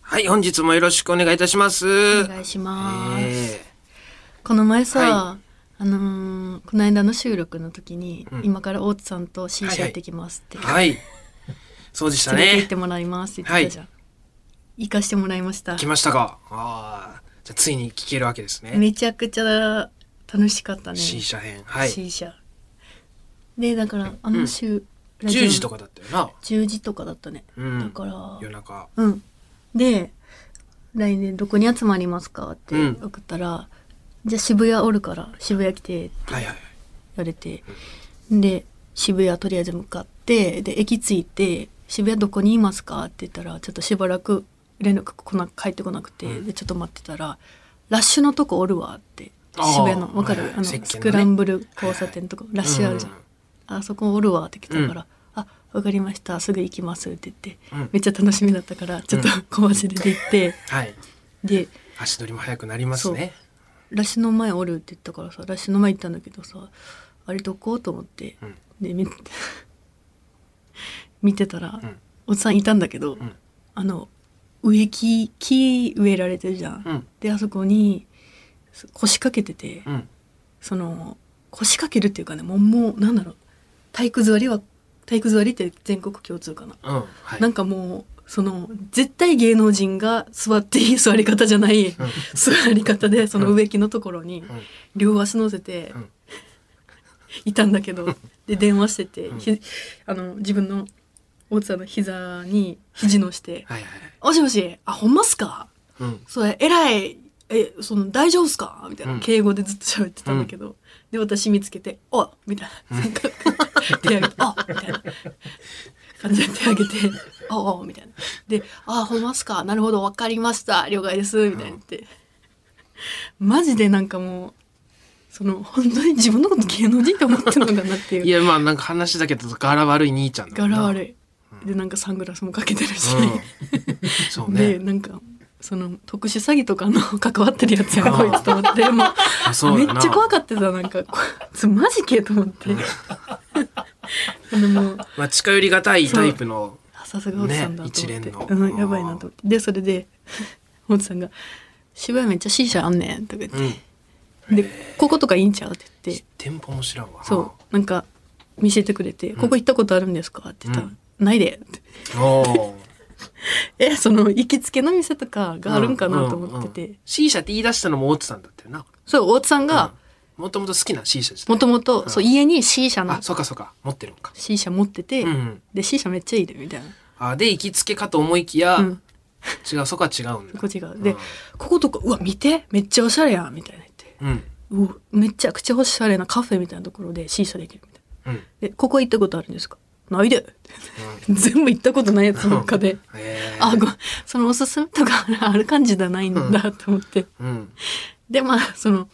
はい、本日もよろしくお願いいたします。お願いします。ええこの前さ、はあのーこの間の収録の時に、うん今から大津さんと C はい社はい行ってきますって、はい。そうでした 連れて行っねて。もらいますって言ってたじゃん。行かしてもらいました来。ましたか。ああ、じゃあついに聞けるわけですね。めちゃくちゃ楽しかったね。 C 社編。はい。10 C 社。で、だから、あの週、ラジオ時とかだったよな。 10時とかだったね。うだん。から、夜中。うん。で、来年どこに集まりますかってうん送ったら、じゃあ渋谷おるから渋谷来てってはいはい。言われて、で、渋谷とりあえず向かって、で、駅着いて、渋谷どこにいますかって言ったら、ちょっとしばらく連絡来な返ってこなくて、うんで、ちょっと待ってたら、ラッシュのとこおるわって、あー渋谷の、わかる、はいはいあの、石鹸のねスクランブル交差点のとこ、ラッシュあるじゃん。あそこおるわって来たから、あ、わかりました、すぐ行きますって言って、うん。うん。めっちゃ楽しみだったから、ちょっとうん小走りで行って、はい。で、足取りも早くなりますね。ラッシュの前おるって言ったからさ、ラッシュの前行ったんだけどさ、あれどこと思って、うん。で、見て、 見てたら、うん。おっさんいたんだけど、うん。あの、植木、木植えられてるじゃん。うん。で、あそこに、そ腰掛けてて、うん。その、腰掛けるっていうかね、もう、もう、なんだろう、体育座りは、体育座りって全国共通かな。うん。はい。なんかもう、その、絶対芸能人が座っていい座り方じゃない、うん。座り方で、その植木のところに、うん。両足乗せてうんいたんだけど、で、電話してて、うんひあの、自分の、大津さんの膝に肘のして、はいはい。もしもし、あ、ほんますかうん。それ、えらい、え、その、大丈夫っすかみたいな、うん敬語でずっと喋ってたんだけど、で、私見つけて、おみたい な、なんか、手挙げて、おみたいな感じで手挙げて、おおみたいな。で、あ、ほんますかなるほど、わかりました、了解です、みたいな言って。マジでなんかもう、その、本当に自分のこと芸能人って思ってるのかなっていいう。や、まあなんか話だけど、柄悪い兄ちゃんだもんな柄悪い。で、なんかサングラスもかけてるし。うん。そうでね。なんかその特殊詐欺とかの 関わってるやつやこいつと思ってもあそううめっだな。ちゃ怖かったさなんかこいつマジけと思って でもうまあ近寄りがたいタイプの。あさすがおじさんだねと思って、一連のうん、やばいなと思ってでそれで おじさんが「渋谷めっちゃ C 社あんねん」とか言っうてん。 「でこことかいいんちゃう?」って言って店舗も知らんわ。そうなんか見せてくれて「ここ行ったことあるんですか?」って言ったらうん「ないで」っておえその行きつけの店とかがあるんかなと思ってて、 C 社って言い出したのも大津さんだったよな。そう大津さんが、もともと好きな C 社です。もともと、そう、うん家に C 社のあ、、そうかそうか。持ってるのか。 C 社持ってて、うんうん。で、C 社めっちゃいいで、みたいな。あ、で、行きつけかと思いきや、うん。違う、そこは違うんだこ。っちが。で、うんこことか、うわ、見てめっちゃおしゃれやんみたいな言って。うん。うわめちゃくちゃおしゃれなカフェみたいなところで C 社できるみたいうん。な。で、ここ行ったことあるんですかないで。全部行ったことないやつばっかで。えあ、ごめんそのおすすめとかある感じじゃないんだと思って。うん。で、まあ、その、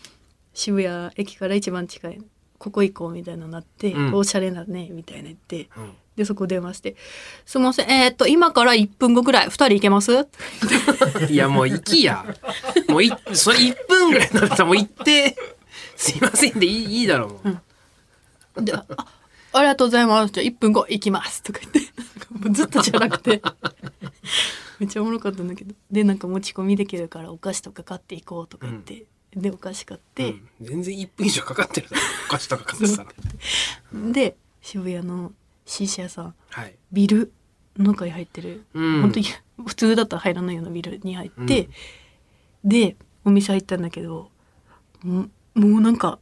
渋谷駅から一番近い、ここ行こうみたいなのになって、うんおしゃれだね、みたいな言って。うん。で、そこ電話して、すみません、えーっと、今から1分後くらい、2人行けますいや、もう行きや。もうい、それ1分ぐらいだったらもう行って、すいませんでいいいいだろうもう。で、あ、ありがとうございます。じゃあ1分後行きます。とか言って、なんかもうずっとじゃなくて、 めっちゃおもろかったんだけど。で、なんか持ち込みできるからお菓子とか買っていこうとか言って、で、お菓子買っうて、ん全然1分以上かかってるだろ。お菓子とか買って たら。で、渋谷の C 社さん、はい。ビルの中に入ってる、うん本当に 普通だったら入らないようなビルに入って、でお店入ったんだけどももうなんか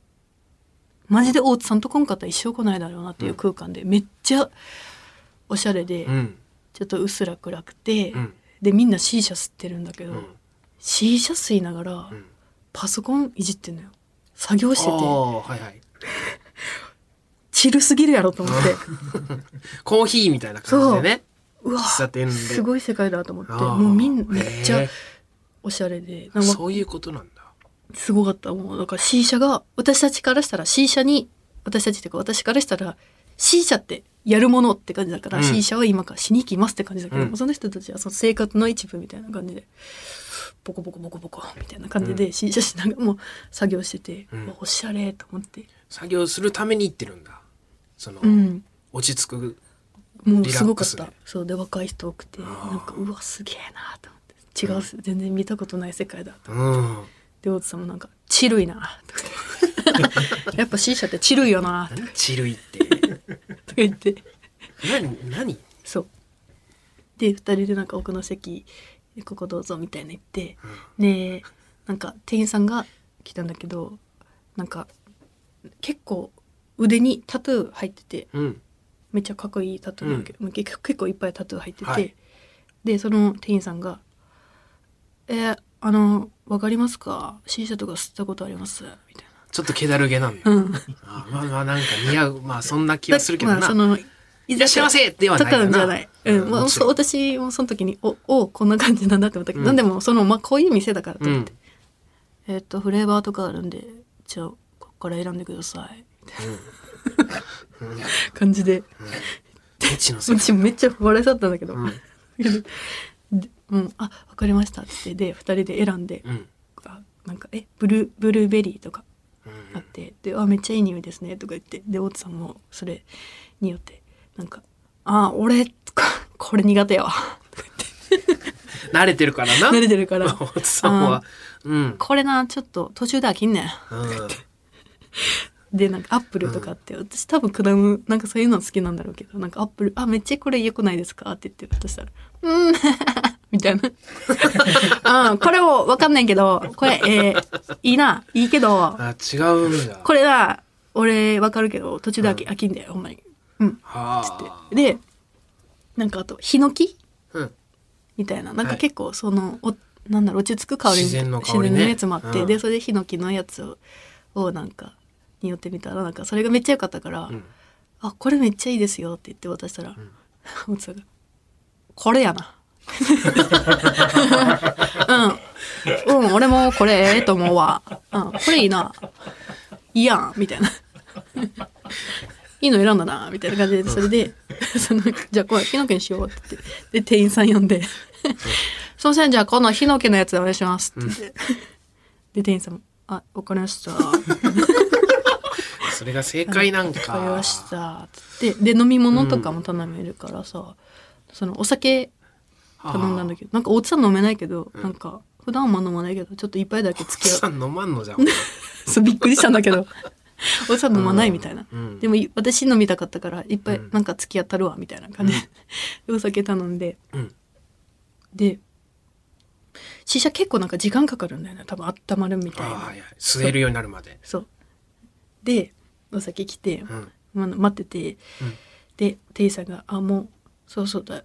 マジで大津さんとこんかったら一生来ないだろうなっていう空間で、めっちゃおしゃれで、うん。ちょっとうっすら暗くて、うん。でみんな C 社吸ってるんだけうど、ん。 C 社吸いながら、うん。パソコンいじってんのよ作業してあてあ、はいはい。チルすぎるやろと 思ってコーヒーみたいな感じでね。うわ喫茶店で。すごい世界だと思ってあーもうみんなめっちへゃえおしゃれでなんかそういうことなんだ。すごかった。もう、だから C 社が、私たちからしたら C 社に、私たちっていうか私からしたら C 社ってやるものって感じだから、うん C 社は今からしに行きますって感じだけど、うんその人たちはその生活の一部みたいな感じで、ボコボコボコボコみたいな感じで C 社しながらもう作業してて、うんうわおしゃれと思って。作業するために行ってるんだ。その、うん。落ち着く。もうすごかっリラッたク。そうで、若い人多くて、あーなんか、うわ、すげえなと思って。違う全然見たことない世界だとうん。で大津さんもなんか「チルいな」と かやっぱ C 社ってチルいよな」何チルい って。とか言って何何そうで2人でなんか奥の席「ここどうぞ」みたいな言ってでなんか店員さんが来たんだけどなんか結構腕にタトゥー入っててうん。めっちゃかっこいいタトゥーなんだけど、もう結構結構いっぱいタトゥー入ってて、はいでその店員さんが「えーあのわかりますか ?C 社とか吸ったことあります?」みたいちょっと気だるげなんだ。な。うんあまあまあなんか似合う。まあそんな気はするけどまあなそ。のいらっしゃいませではとないよかな。じゃない。うん、まあ、もちろそんう私もその時に、お、お、こんな感じなんだって思ったけど、うんでも、その、まあ、こういう店だからとう思っんて、。えっと、フレーバーとかあるんで、じゃあ、こっから選んでください。 感じで、未知の世界。私めっちゃ笑いそうだったんだけど、うん。でうん、あ、わかりましたって言って、で、二人で選んで、うん。あなんか、え、ブルー、ブルーベリーとかうんあって、で、あ、めっちゃいい匂いですね、とか言って、で、大津さんも、それ、によって、なんか、あ、俺、ここれ苦手やわ。慣れてるからな。 慣れてるから。大津さんは。うん。これなちょっと途中で飽きんねんうんでなんかアップルとかあって、私多分果物なんかそういうの好きなんだろうけどなんかアップルあめっちゃこれ良くないですかって言って渡したら「うん」 み たいな「うんこれも分かんないけどこれえーいいないいけどあ、違うんだ。これは俺分かるけど途中で飽き,、飽きんだよほんまに」うんはあ。ってでなんかあとヒノキうん。みたいななんはかい結構その、おなんだろう落ち着く香り自然の香りね自然のやつもあって、うんでそれでヒノキのやつををなんかによってみたらなんかそれがめっちゃ良かったから「うんあこれめっちゃいいですよ」って言って渡したら、お つさんが「これやな」 うん、うん、俺もこれええと思うわ、うん、これいいないいやんみたいないいの選んだなみたいな感じでそれでそのじゃあこれヒノキにしようって言ってで店員さん呼んで「すいませんじゃあこのヒノキのやつお願いします」って言って、で店員さんも「あわかりました」 それが正解なんか。わかりました」っつってで飲み物とかも頼めるからさ、そのお酒はあ。頼んだんだけどなんかおっさん飲めないけど、なんか普段は飲まないけどちょっと一杯だけ大付津き合うさん飲まんのじゃ ん。そうびっくりしたんだけどおじさん飲まないみたいな、うんうんでもい私飲みたかったからいっぱいうんなんか付き合ったるわみたいな感じで、 お酒頼んでうん。で試写結構なんか時間かかるんだよね多分温まるみあたいあ、な、はいはい。吸えるようになるまで。そうでお酒来て、うん。ま、待ってて、で店員さんが「あもうそうそうだ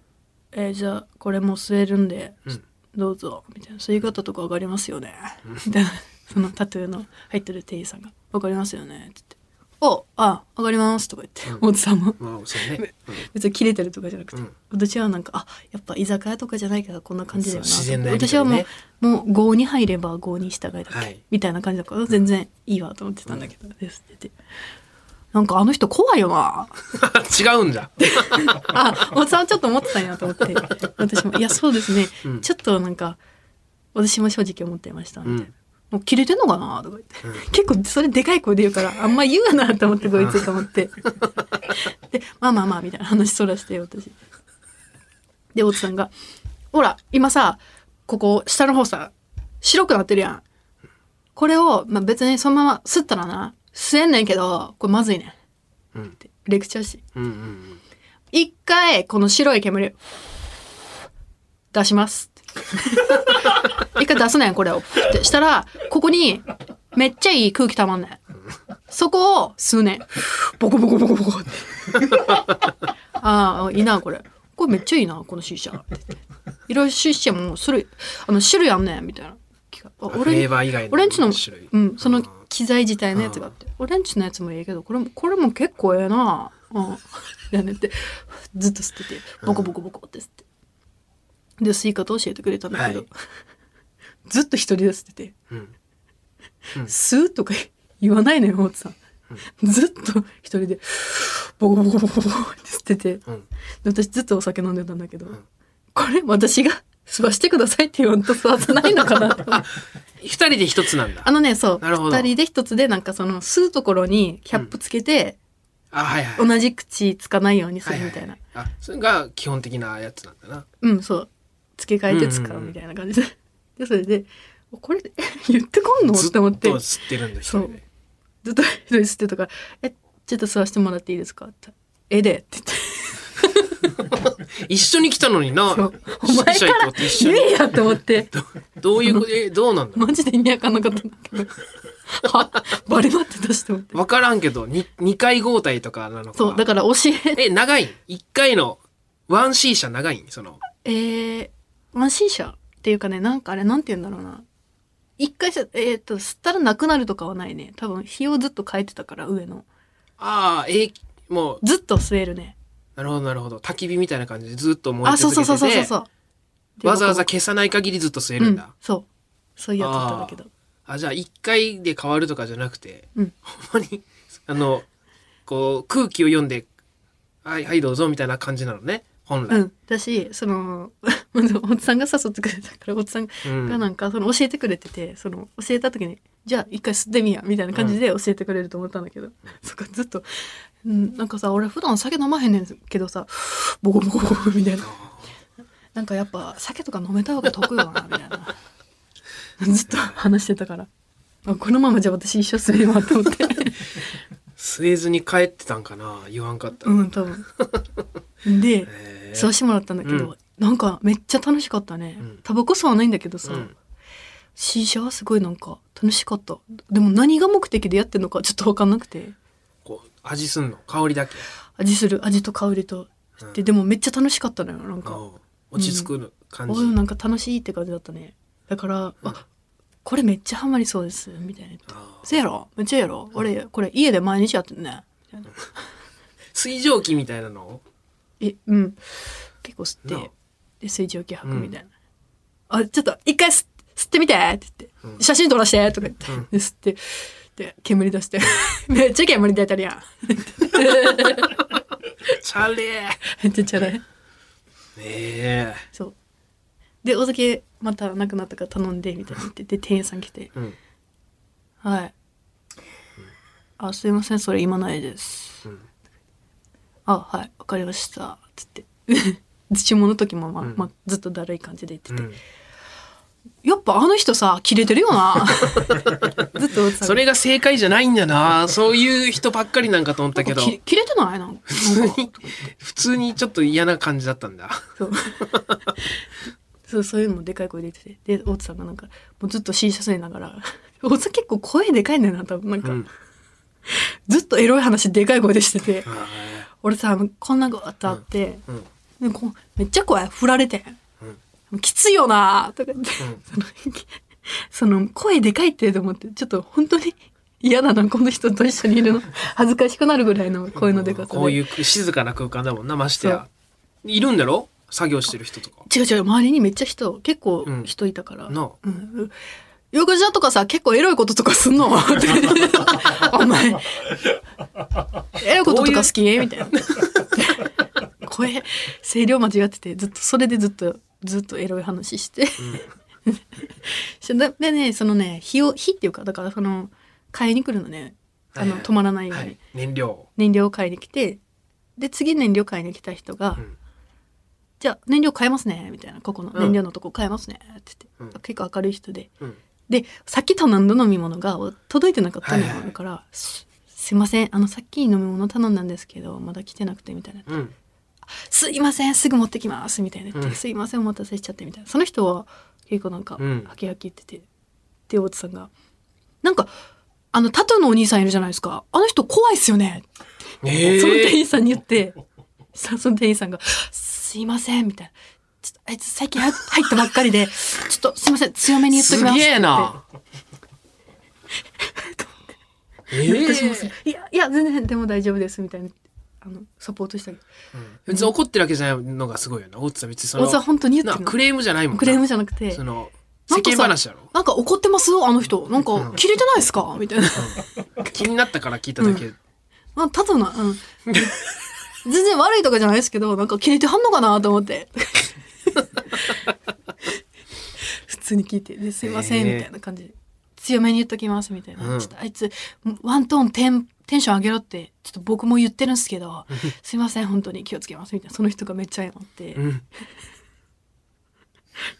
えーじゃあこれも吸えるんで、うんどうぞ」みたいな「吸い方とかわかりますよね」 みたいなそのタトゥーの入ってる店員さんが「わかりますよね」って言って「おあわかります」とか言って、大津さんもまあ、そうね。うん別に切れてるとかじゃなくて、うん私はなんかあやっぱ居酒屋とかじゃないからこんな感じだよなそう自然なやりとり私はもう、ねもう郷に入れば郷に従いだけ、はいみたいな感じだから全然いいわと思ってたんだけど、ですって言ってなんかあの人怖いよな違うんだ。あおっさんはちょっと思ってたんやと思って私もいやそうですね、うんちょっとなんか私も正直思ってましたみたいな、うんもう切れてんのかなとか言って、結構それでかい声で言うからあんま言うなと思ってこいつと思ってでまあまあまあみたいな話そらして私で大津さんが「ほら今さここ下の方さ白くなってるやんこれを、まあ、別にそのまま吸ったらな吸えんねんけどこれまずいねん」っうん。てレクチャーしてうんうんうん。一回、この白い煙を、出します。 一回出すねん、これを。ってしたら、ここに、めっちゃいい空気溜まんねん。そこを吸うねん。ボコボコボコボコって。ああ、いいな、これ。これめっちゃいいな、この C 社。って言っていろいろ C 社も、それ、あの、種類あんねん、みたいな。あフレーバー以外のオレンジの種類、うん、その機材自体のやつがあって、オレンジのやつもいいけど、これも、これも結構ええなうん。 やねって、ずっと吸ってて、ボコボコボコって吸って。で、吸い方教えてくれたんだけど、はい ずっと一人で吸ってて、うん。吸うとか言わないのよ、大津さん。ずっと一人で、ボコボコボコボコって吸ってて、うん。で私ずっとお酒飲んでたんだけど、これ私が吸わしてくださいって言わんと吸わさないのかなと思って二人で一つなんだあ。のね、そう。なるほど二人で一つで、なんかその、吸うところにキャップつけて、あ、はいはい。同じ口つかないようにすはるいはみいたいな。あ、それが基本的なやつなんだな。うん、そう。付け替えて使うみたいな感じで。 で、それで、 これ、言ってこんのずっってと思って、吸ってるんだそようずっと一人吸ってとから、え、ちょっと吸わせてもらっていいですかって言ったら。えでって言って。一緒に来たのになそうお前歯医者行こうって一緒言にえやと思って、どういうことえどう なんだマジで意味わかんなかったんだけど。 はバレバって出して思って。分からんけど 2, 二回交代とかなのかそう、だから教え、え長い1回の 1C 社長いんそのえー、満身者っていうかね、なんかあれ、なんて言うんだろうな。一回さ、えっ、と、吸ったらなくなるとかはないね。多分、日をずっと変えてたから、上の。ああえーもうずっと吸えるね。なるほどなるほど焚き火みたいな感じでずっと燃えあ、そう続けてそうそうそうそうてそう。わざわざで消さない限りずっと吸えうるんんだ、、そう。そういうやつだったんだけど。あじゃあ1回で変わるとかじゃなくて、うんほんまにあのこう空気を読んで「はいはいどうぞ」みたいな感じなのね本う来、ん。だし、その、 まず、おっさんが誘ってくれたから、おっさんうんがなんか、その、教えてくれてて、その、教えた時に、じゃあ、一回吸ってみや、みたいな感じで教えてくれると思ったんだけど、 そっか、ずっと、うん、なんかさ、俺普段酒飲まへんねんけどさ、ボコボコボコみたいな。なんかやっぱ、酒とか飲めた方が得よな、みたいな。ずっと話してたから。あこのままじゃ私一生吸えばと思 って。吸えずに帰ってたんかな言わんかったら、うん、多分。で、へー吸わしてもらったんだけど、うんなんかめっちゃ楽しかったね。うんタバコ吸わないんだけどさ、うん新車はすごいなんか楽しかった。でも何が目的でやってんのか ちょっとわかんなくて。こう味すんの香りだけ、味する、味と香りと。うんで、でもめっちゃ楽しかったのよ、なんか。おう落ち着く感じ、おいなんか楽しいって感じだったね。だから、あこれめっちゃハマりそうです、みたいな言って。あーせやろめっちゃええやろ俺、これ家で毎日やってんね。みたいな水蒸気みたいなのえうん結構吸なっあてで水蒸気吐くみたいな、あちょっと一回吸っ吸ってみてって言って、うん写真撮らしてとか言って、うんで吸ってで煙出して めっちゃ煙出てるやんチャレーねめっちゃチャラいえ そうでお酒またなくなったから頼んでみたいな言ってで店員さん来てうん「はいあすいませんそれ今ないです」うんあはいわかりました」つって 注文の時も、まあうんまあ、ずっとだるい感じで言ってうて、んやっぱあの人さ、キレてるよな。 ずっとそれが正解じゃないんだなそういう人ばっかりなんかと思ったけどキキレてないなんか。普通に普通にちょっと嫌な感じだったんだそう。 そう、そういうのもでかい声で言ってて。で、大津さんがなんか、もうずっと C 社生ながら、 大津結構声でかいんだよな、多分。なんか、うんずっとエロい話でかい声でしてて。あ俺さ、こんなことあって、ーうんでこうめっちゃ声振られてうんん。きついよなとか言って、んその、その声でかいってと思って、ちょっと本当に嫌だな、この人と一緒にいるの。恥ずかしくなるぐらいの声のでかさで。こういう静かな空間だもんなましてやいるんだろ作業してる人とか違う違う、周りにめっちゃ人、結構うん人いたから。なあうん。よくじゃとかさ、結構エロいこととか すんのお前、エロいこととか好きみたいな。声、声量間違ってて、ずっと、それでずっと、ずっとエロい話して。 ででね、そのね、火を、火っていうか、だからその、買いに来るのね。あの、はいはい止まらないように。はい燃料燃料を買いに来て、で、次燃料買いに来た人が、うんじゃあ燃料変えますね、みたいな、ここのうん燃料のとこ変えますね、って言って、うん結構明るい人で。うんで、さっき頼んだ飲み物がお届いてなかったのはいがはあいるから、すすいません、あの、さっき飲み物頼んだんですけど、まだ来てなくて、みたいな。うんすいません、すぐ持ってきます、みたいな言って、うんすいません、お待たせしちゃって、みたいな。その人は結構なんか、うんハキハキ言ってて、で、大津さんが、なんか、あの、タトゥーのお兄さんいるじゃないですか。あの人怖いっすよね。えそのえ店員さんに言って、さその店員さんが、すいません、みたいな。ちょっと、あいつ最近入入ったばっかりで、ちょっとすいません、強めに言っときすます。げえな えって言って。私もえさ いや、いや、全然、でも大丈夫です、みたいな。あの、サポートしたけど。別に怒ってるわけじゃないのがすごいよな。大津さん別にそおさの、本当に言っなてるのクレームじゃないもんなクレームじゃなくて、その、な世んかさ間話やろ。なんか怒ってますあの人。なんか、切れてないですかみたいな。気になったから聞いただけ。なんか、ただな、うん。全然悪いとかじゃないですけど、なんか切れてはんのかなと思って。 普通に聞いて、で、すいません、ええみたいな感じで。強めに言っときます、みたいな。うんちょっとあいつ、ワントーンテン、テンション上げろって、ちょっと僕も言ってるんですけど、すいません、本当に気をつけます、みたいな。その人がめっちゃ謝って。うん。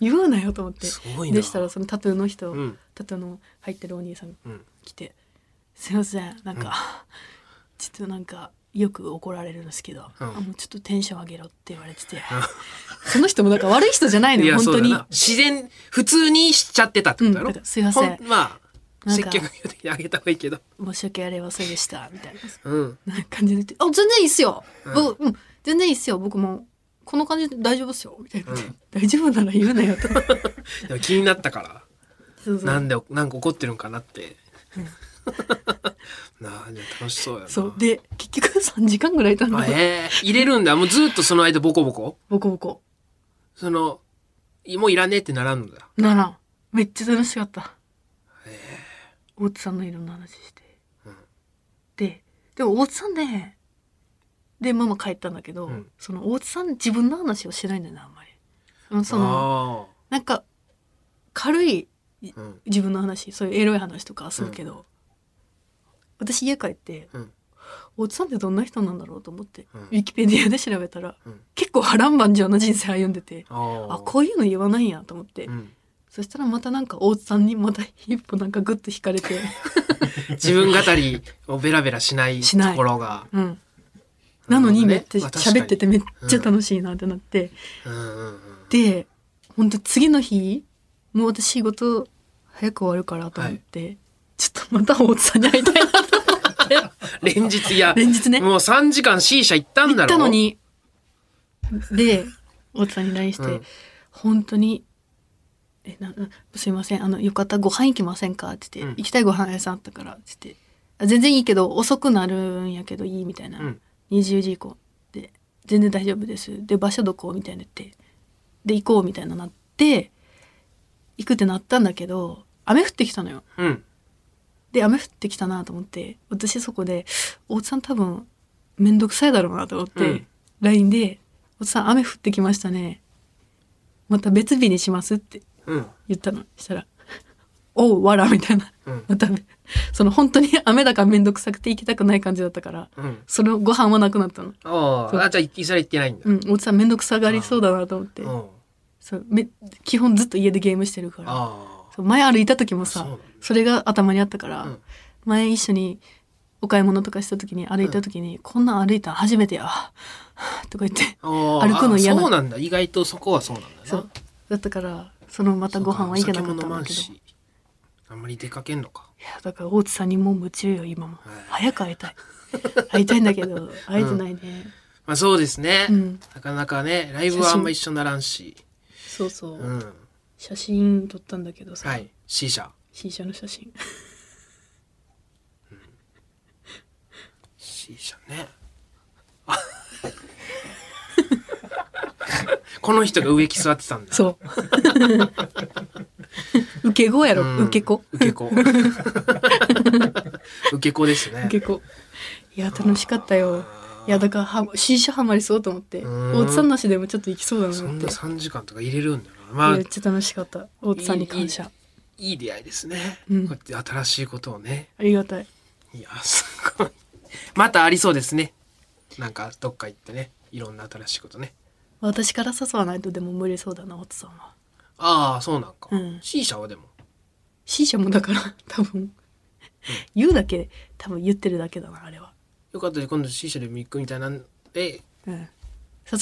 言うなよと思ってすごいなでしたらそのタトゥーの人、うんタトゥーの入ってるお兄さんうん来て「すいませんなんか、 ちょっとなんかよく怒られるんですけど、うんあもうちょっとテンション上げろ」って言われてて、 その人もなんか悪い人じゃないのいよや本そ当うだに。な自然普通にしちゃってたってことだろ、うんだからすいませんほまあなん接か客業的にあげた方がいいけど申し訳ありませんでしたみたいなうんなんか感じで言って「あ全然いいっすよ、うん僕うん全然いいっすよ僕もこの感じで大丈夫っすよ」みたいな、うん大丈夫なら言う なよ」とでも気になったからそうそうなんでなんか怒ってるんかなって。 なあじゃあ楽しそうやな。そうで結局3時間ぐらいいたのあええ入れるんだもうずっとその間ボコボコボコボコそのいもういらねえってならんのだ。ならんめっちゃ楽しかった大津さんのいろんな話して、うんででも大津さんねでママ帰ったんだけど、うんその大津さん自分の話をしてないんだよなあんまりうんそのなんか軽いあーうん自分の話そういうエロい話とかはするけど、私家帰ってうん大津さんってどんな人なんだろうと思って、うんウィキペディアで調べたら、うん結構波乱万丈な人生歩んでて、あーあこういうの言わないんやと思って、うんそしたらまたなんか大津さんにまた一歩なんかグッと引かれて自分語りをベラベラしないしとないころが。 うんなのにめっちゃなるほどね喋っててめっちゃ楽しいなってなって、うんうんうんで本当次の日もう私仕事早く終わるからと思って、ちょっとまた大津さんに会いたいなと思っ連日いやて 連日ねもう3時間 C 社行ったん行だっろたのにで大津さんに LINE して、うん本当に「えななすいませんあのよかったらご飯行きませんか?」って言って、うん行きたいご飯屋さんあったから」って言ってあ「全然いいけど遅くなるんやけどいい」みたいな、うん20時以降で「全然大丈夫です」で「場所どこ?」みたいな言ってで行こうみたいななって行くってなったんだけど雨降ってきたのよ。うんで雨降ってきたなと思って私そこで大津さん多分めんどくさいだろうなと思って、うん LINE で「大津さん雨降ってきましたねまた別日にします」ってうん言ったのしたら「おうわら」みたいなうんまたその本当に雨だからめんどくさくて行きたくない感じだったからうんそのご飯はなくなったのあそうーあじゃあいそれ行ってないんだ。うん大津さんめんどくさがりそうだなと思ってうんそうめ基本ずっと家でゲームしてるからあそう前歩いた時もそうさなんだそれが頭にあったから、うん前一緒にお買い物とかした時に歩いた時に、こんなん歩いたん初めてや はぁとか言ってあー歩くの嫌なあそうなんだ意外とそこはそうなんだなそうだったからそのまたご飯は行けなかったんそうかお酒も飲まだんけどいしあんまり出かけんのかやだから大津さんにもう夢中よ今もはい早く会いた い会いたいんだけど会えてないね、まあそうですね、うんなかなかねライブはあんま一緒にならんしそうそう、うん写真撮ったんだけどさ、はい C 社 C 社の写真 C 社 ねあこの人が植木座ってたんだそ う受け子やろ、うん受け子受け 子受け子ですね結構いや楽しかったよいやだからは C 社ハマりそうと思ってうん大津さんなしでもちょっと行きそうだなそっんてな3時間とか入れるんだなまあめっちゃ楽しかった大津さんに感謝いい出会いですね、うんこうやって新しいことをねありがたいいや、すごい。またありそうですね。なんか、どっか行ってね。いろんな新しいことね。私から誘わないとでも無理そうだな大津さんはああ、そうなんか。うん C 社はでも。 C 社もだから 多分言うだけ多分言ってるだけだなあれは、よかったで、今度 C 社でも行くみたいなんで、うん、誘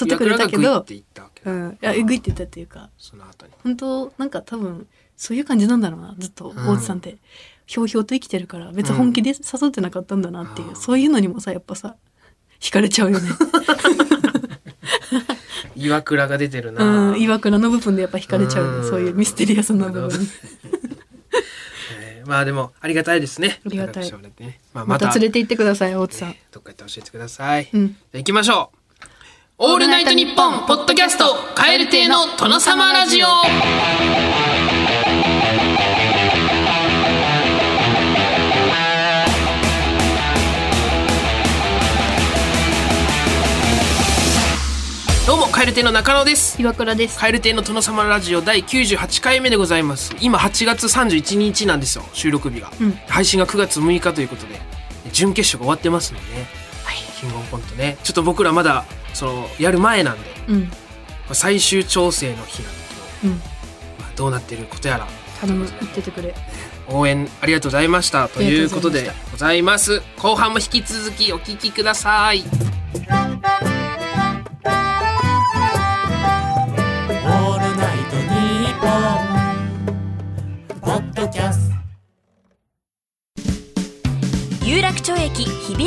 ってくれたけ岩倉がグイどって言ったわけうだ。んいやえぐいって言ったっていうかその後に。本当なんか多分そういう感じなんだろうなずっとん大津さんって、ひょうひょうと生きてるから別に本気で誘ってなかったんだなっていう、そういうのにもさやっぱさ惹かれちゃうよ ね岩倉が出てるな。うん、岩倉の部分でやっぱ惹かれちゃうね、うんそういうミステリアスな部なる分ほにどえーまあでも、ありがたいですね。ありがたい私はねまあ、ままたた、連れて行ってください大津さん、ねどっか行って教えてください。うんじゃあ行きましょう。オールナイトニッポンポッドキャスト、カエル亭の殿様ラジオ。どうも、カエル亭の中野です。岩倉です、カエル亭の殿様ラジオ第98回目でございます今8月31日なんですよ収録日が、うん配信が9月6日ということで準決勝が終わってますのでね、キングオブコントねちょっと僕らまだそのやる前なんでうん最終調整の日なんですようんまあどうなってることやら頼む言っててくれ応援ありがとうございましたということありでがとございます後半も引き続きお聞きくださいオールナイトニッポン」ポッドキャスト有楽町駅日比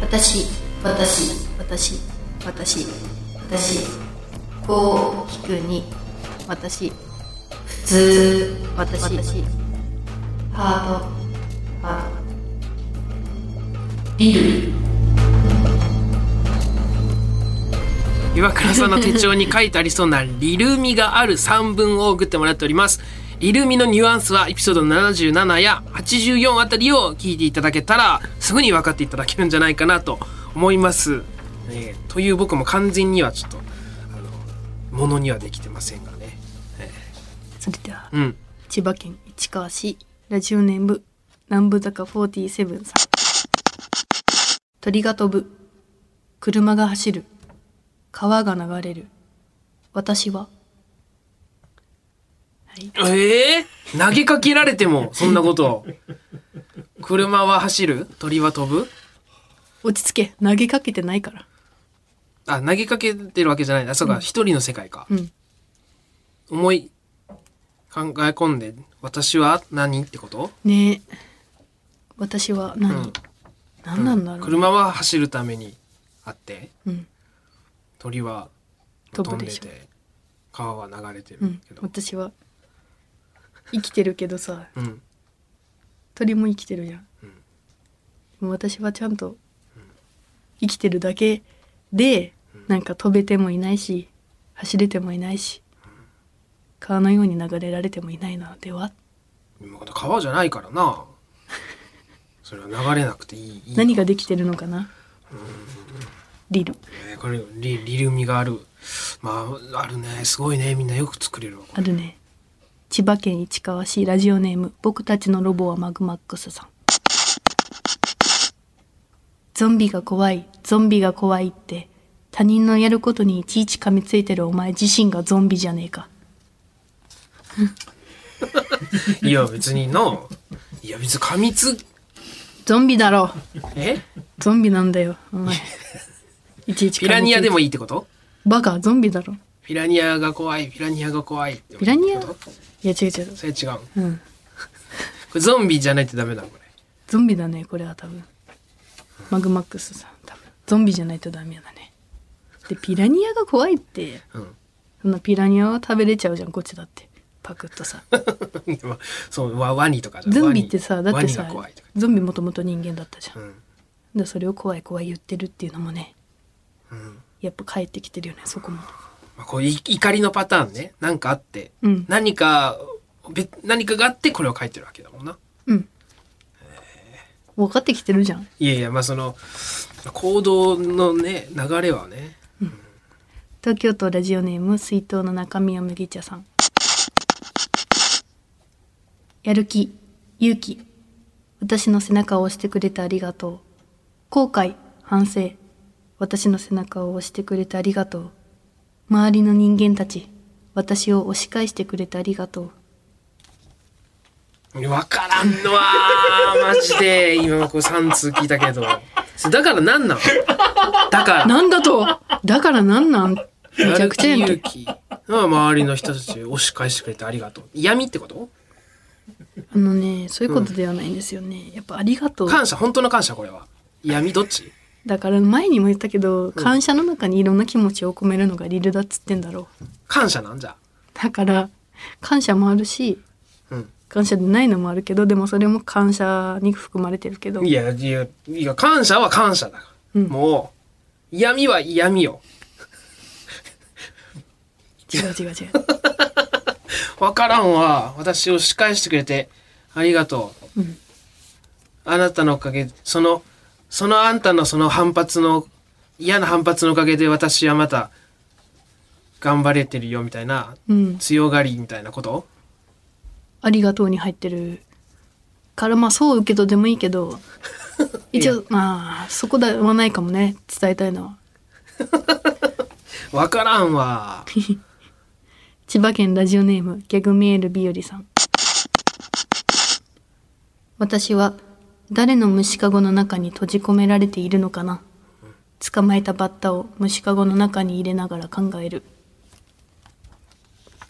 私私私私私こう聞くに私普通私私ハートハートリル岩倉さんの手帳に書いてありそうなリルミがある3文を送ってもらっておりますリルミのニュアンスはエピソード77や84あたりを聞いていただけたらすぐに分かっていただけるんじゃないかなと思います、えーという僕も完全にはちょっとあのものにはできてませんがねそれではうん千葉県市川市ラジオネーム南部坂47さん鳥が飛ぶ車が走る川が流れる私ははいえー、投げかけられてもそんなこと車は走る鳥は飛ぶ落ち着け投げかけてないからあ投げかけてるわけじゃないあそうか一、人の世界かうん思い考え込んで私は何ってこと、ねえ私はう何、ん、何なんだろう、車は走るためにあってうん鳥は飛飛ぶんででしょて川は流れてうるんけど、私は生きてるけどさうん鳥も生きてるじゃん、でも私はちゃんと生きてるだけで、なんか飛べてもいないし走れてもいないし川のように流れられてもいないのでは今まだ川じゃないからな それは流れなくていいいい何ができてるのかなリルえーこれリリルミがあるまああるねすごいねみんなよく作れるわあるね千葉県市川市ラジオネーム僕たちのロボはマグマックスさんゾンビが怖いゾンビが怖いって他人のやることにいちいち噛みついてるお前自身がゾンビじゃねえかいや別にないや別に噛みつゾンビだろえゾンビなんだよお 前いちいち噛みついてピラニアでもいいってことバカゾンビだろピラニアが怖いピラニアが怖いってピラニアこといや違う違うそれ違ううんこれゾンビじゃないとダメだこれゾンビだねこれは多分マグマックスさん多分ゾンビじゃないとダメだねでピラニアが怖いってうんそんなピラニアは食べれちゃうじゃんこっちだってパクッ とさいやそうワワニとかじゃんゾンビってさワだニってワニさが怖いとかゾンビもともと人間だったじゃん、うんでそれを怖い怖い言ってるっていうのもね、やっぱ帰ってきてるよねそこもまあ、こうい怒りのパターンね何かあって、うん何かべ何かがあってこれを書いてるわけだもんなうん分かってきてるじゃんいやいやまあその行動のね流れはね東京都ラジオネーム水筒の中身は麦茶さんやる気勇気私の背中を押してくれてありがとう後悔反省私の背中を押してくれてありがとう周りの人間たち私を押し返してくれてありがとう分からんのわーマジで今こう3通聞いたけどそうだから何なのだからなんだとだからなんなんめやちゃるく気ちゃやん勇け気周りの人たちを押し返してくれてありがとう闇ってことあのねそういうことではないんですよね、やっぱありがとう感謝本当の感謝これは闇どっちだから前にも言ったけど、感謝の中にいろんな気持ちを込めるのがリルだっつってんだろう感謝なんじゃだから感謝もあるしうん感謝でないのもあるけどでもそれも感謝に含まれてるけどいやいやいや感謝は感謝だから、うんもう闇は闇よ違う違う違う。わからんわ。私を押し返してくれて、ありがとう。あなたのおかげ、その、そのあんたのその反発の、嫌な反発のおかげで私はまた、頑張れてるよみたいな、うん。強がりみたいなことありがとうに入ってる。からまあそう受け取ってもいい けど、一応まあそこではないかもね伝えたいのは。わからんわ。千葉県ラジオネームギャグメール日和さん私は誰の虫かごの中に閉じ込められているのかな捕まえたバッタを虫かごの中に入れながら考える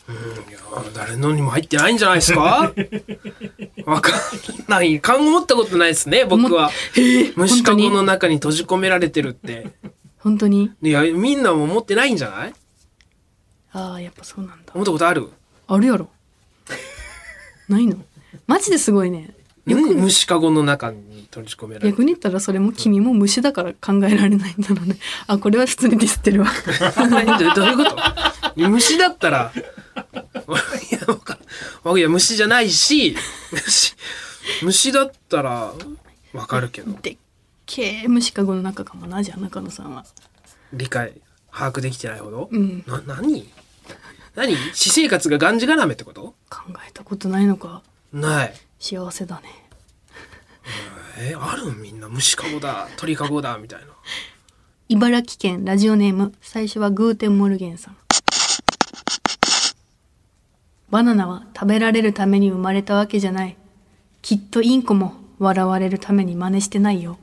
あ誰のにも入ってないんじゃないです かわかんない。考え持ったことないですね、僕は。虫かごの中に閉じ込められてるって。本当にいや、みんなも持ってないんじゃないああやっぱそうなんだ思ったことあるあるやろ ないのマジですごいねうん虫かごの中に閉じ込められて逆に言ったらそれも君も虫だから考えられないんだろうねあこれは普通にディスってるわる。 どういう こと虫だったら、いや、わかんいや、虫じゃないし、虫、虫だったら、わかるけど、でっけえ虫かごの中かもなじゃあ中野さんは理解、把握できてないほど。うんな、何何私生活ががんじがらめってこと考えたことないのかない。幸せだねえあるみんな虫かごだ鳥かごだみたいな茨城県ラジオネーム最初はグーテンモルゲンさんバナナは食べられるために生まれたわけじゃないきっとインコも笑われるために真似してないよ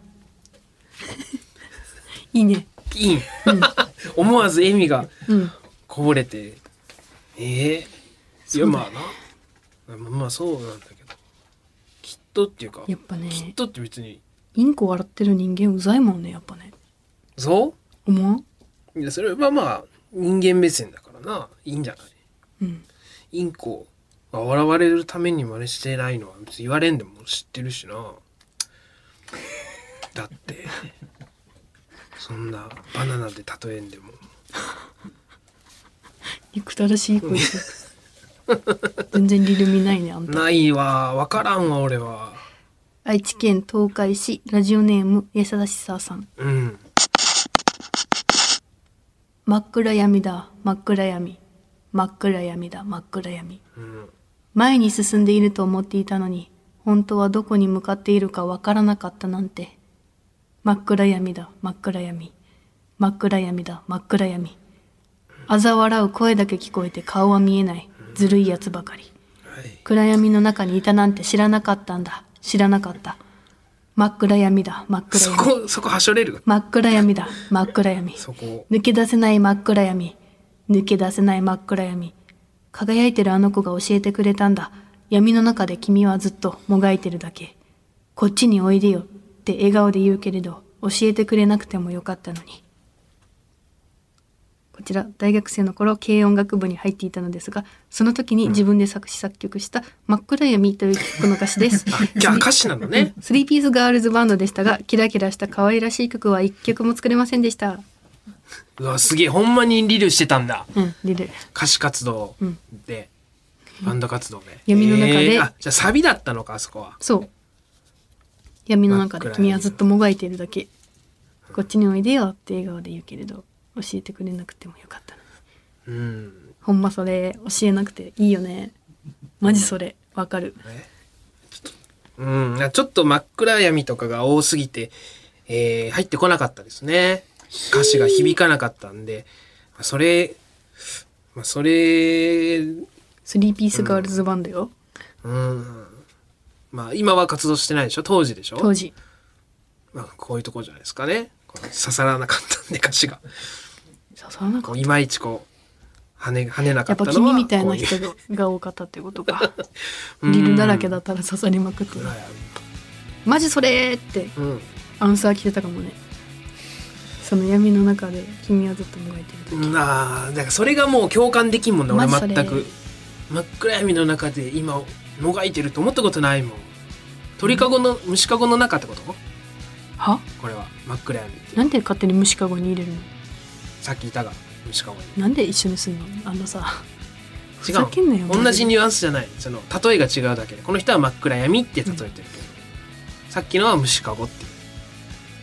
いいねいいん 思わず笑みがうんこぼれてえー、いやまあなまあまあそうなんだけどきっとっていうかやっぱねきっとって別にインコ笑ってる人間うざいもんねやっぱねそ思わんういやそれはまあ人間目線だからないいんじゃないうんインコが笑われるために真似してないのは別に言われんでも知ってるしな だってそんなバナナで例えんでも憎たらしい子いる全然リルミないねあんたないわ分からんわ俺は愛知県東海市ラジオネーム優しささんうん真っ暗闇だ真っ暗闇真っ暗闇だ真っ暗闇うん前に進んでいると思っていたのに本当はどこに向かっているかわからなかったなんて真っ暗闇だ真っ暗闇真っ暗闇だ真っ暗闇嘲笑う声だけ聞こえて顔は見えないずるいやつばかりはい暗闇の中にいたなんて知らなかったんだ知らなかった真っ暗闇だ真っ暗そ闇こそこはしょれる真っ暗闇だ真っ暗闇そこ抜け出せない真っ暗闇抜け出せない真っ暗闇輝いてるあの子が教えてくれたんだ闇の中で君はずっともがいてるだけこっちにおいでよって笑顔で言うけれど教えてくれなくてもよかったのにこちら大学生の頃軽音楽部に入っていたのですがその時に自分で作詞作曲した「真っ暗闇」という曲の歌詞ですじゃあ歌詞なの ねスリーピースガールズバンドでしたがキラキラした可愛らしい曲は一曲も作れませんでしたうわすげえほんまにリルしてたんだうんリル歌詞活動で、バンド活動で闇の中でえーあじゃあサビだったのかあそこはそう闇の中で君はずっともがいているだけこっちにおいでよって笑顔で言うけれど教えてくれなくてもよかったなうんほんまそれ教えなくていいよねマジそれわかるうんあちょっと真っ暗闇とかが多すぎて、えー入ってこなかったですね歌詞が響かなかったんでまあそれまあそれスリーピースガールズバンドよ、うんまあ今は活動してないでしょ当時でしょ当時まあ、こういうとこじゃないですかねこう刺さらなかったんで歌詞が刺さらなかこっうたいまいちこう跳ね跳ねなかやっったぱのは君みたいこなういう人がが多かったってことかうん リルだらけだったら刺さりまくって暗いマジそれってうんアンサー来てたかもねその闇の中で君はずっともがいてるだけなあだからそれがもう共感できんもんね俺マジそれ全く真っ暗闇の中で今もがいてると思ったことないもん鳥かごの虫かごの中ってことはこれは真っ暗闇ってなんで勝手に虫かごに入れるのさっきいたがにした方がいいなんで一緒にすんのあのさふ違ざけんなよう同じニュアンスじゃないその例えが違うだけでこの人は真っ暗闇って例えてるけど、さっきのは虫かごっていう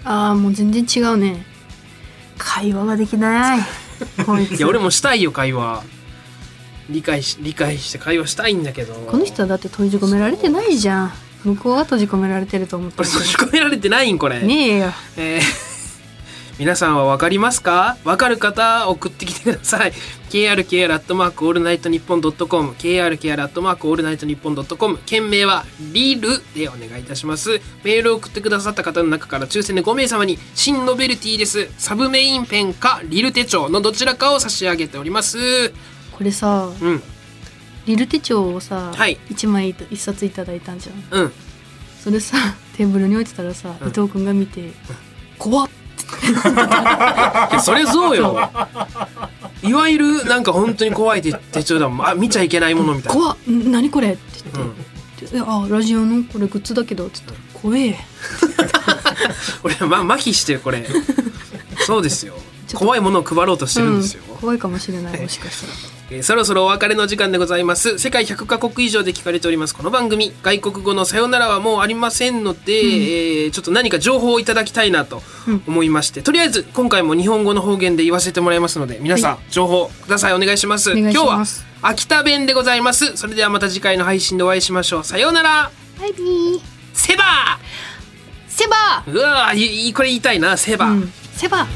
ああもう全然違うね会話がで きないこいついや俺もしたいよ会話理解し理解して会話したいんだけどこの人はだって閉じ込められてないじゃん向こうは閉じ込められてると思ってこれる閉じ込められてないんこれ、ねえよえー 皆さんは分かりますか分かる方送ってきてください KRKR アットマークオールナイトニッポンドットコム KRKR アットマークオールナイトニッポンドットコム件名はリルでお願いいたしますメールを送ってくださった方の中から抽選で5名様に新ノベルティですサブメインペンかリル手帳のどちらかを差し上げておりますこれさうんリル手帳をさ、はい一1枚いた一冊いただいたんじゃんうんそれさテーブルに置いてたらさ、伊藤君が見て「怖っ!」いやそれそうよいわゆるなんか本当に怖い手手帳だもんあ見ちゃいけないものみたいな怖っん何これって言ってうん「であラジオのこれグッズだけど」つって「怖え俺ま麻痺してるこれそう ですよ怖いものを配ろうとしてるんですよ、うん怖いかもしれないもしかしたらえーそろそろお別れの時間でございます世界100カ国以上で聞かれておりますこの番組外国語の「さよなら」はもうありませんので、えーちょっと何か情報をいただきたいなと思いまして、とりあえず今回も日本語の方言で言わせてもらいますので皆さん、情報くださいお願いしますお願いし今日はます秋田弁でございますそれではまた次回の配信でお会いしましょうさようならバイビーセバセバーーうわーいいこれ言いたいなセバー、うん、セバ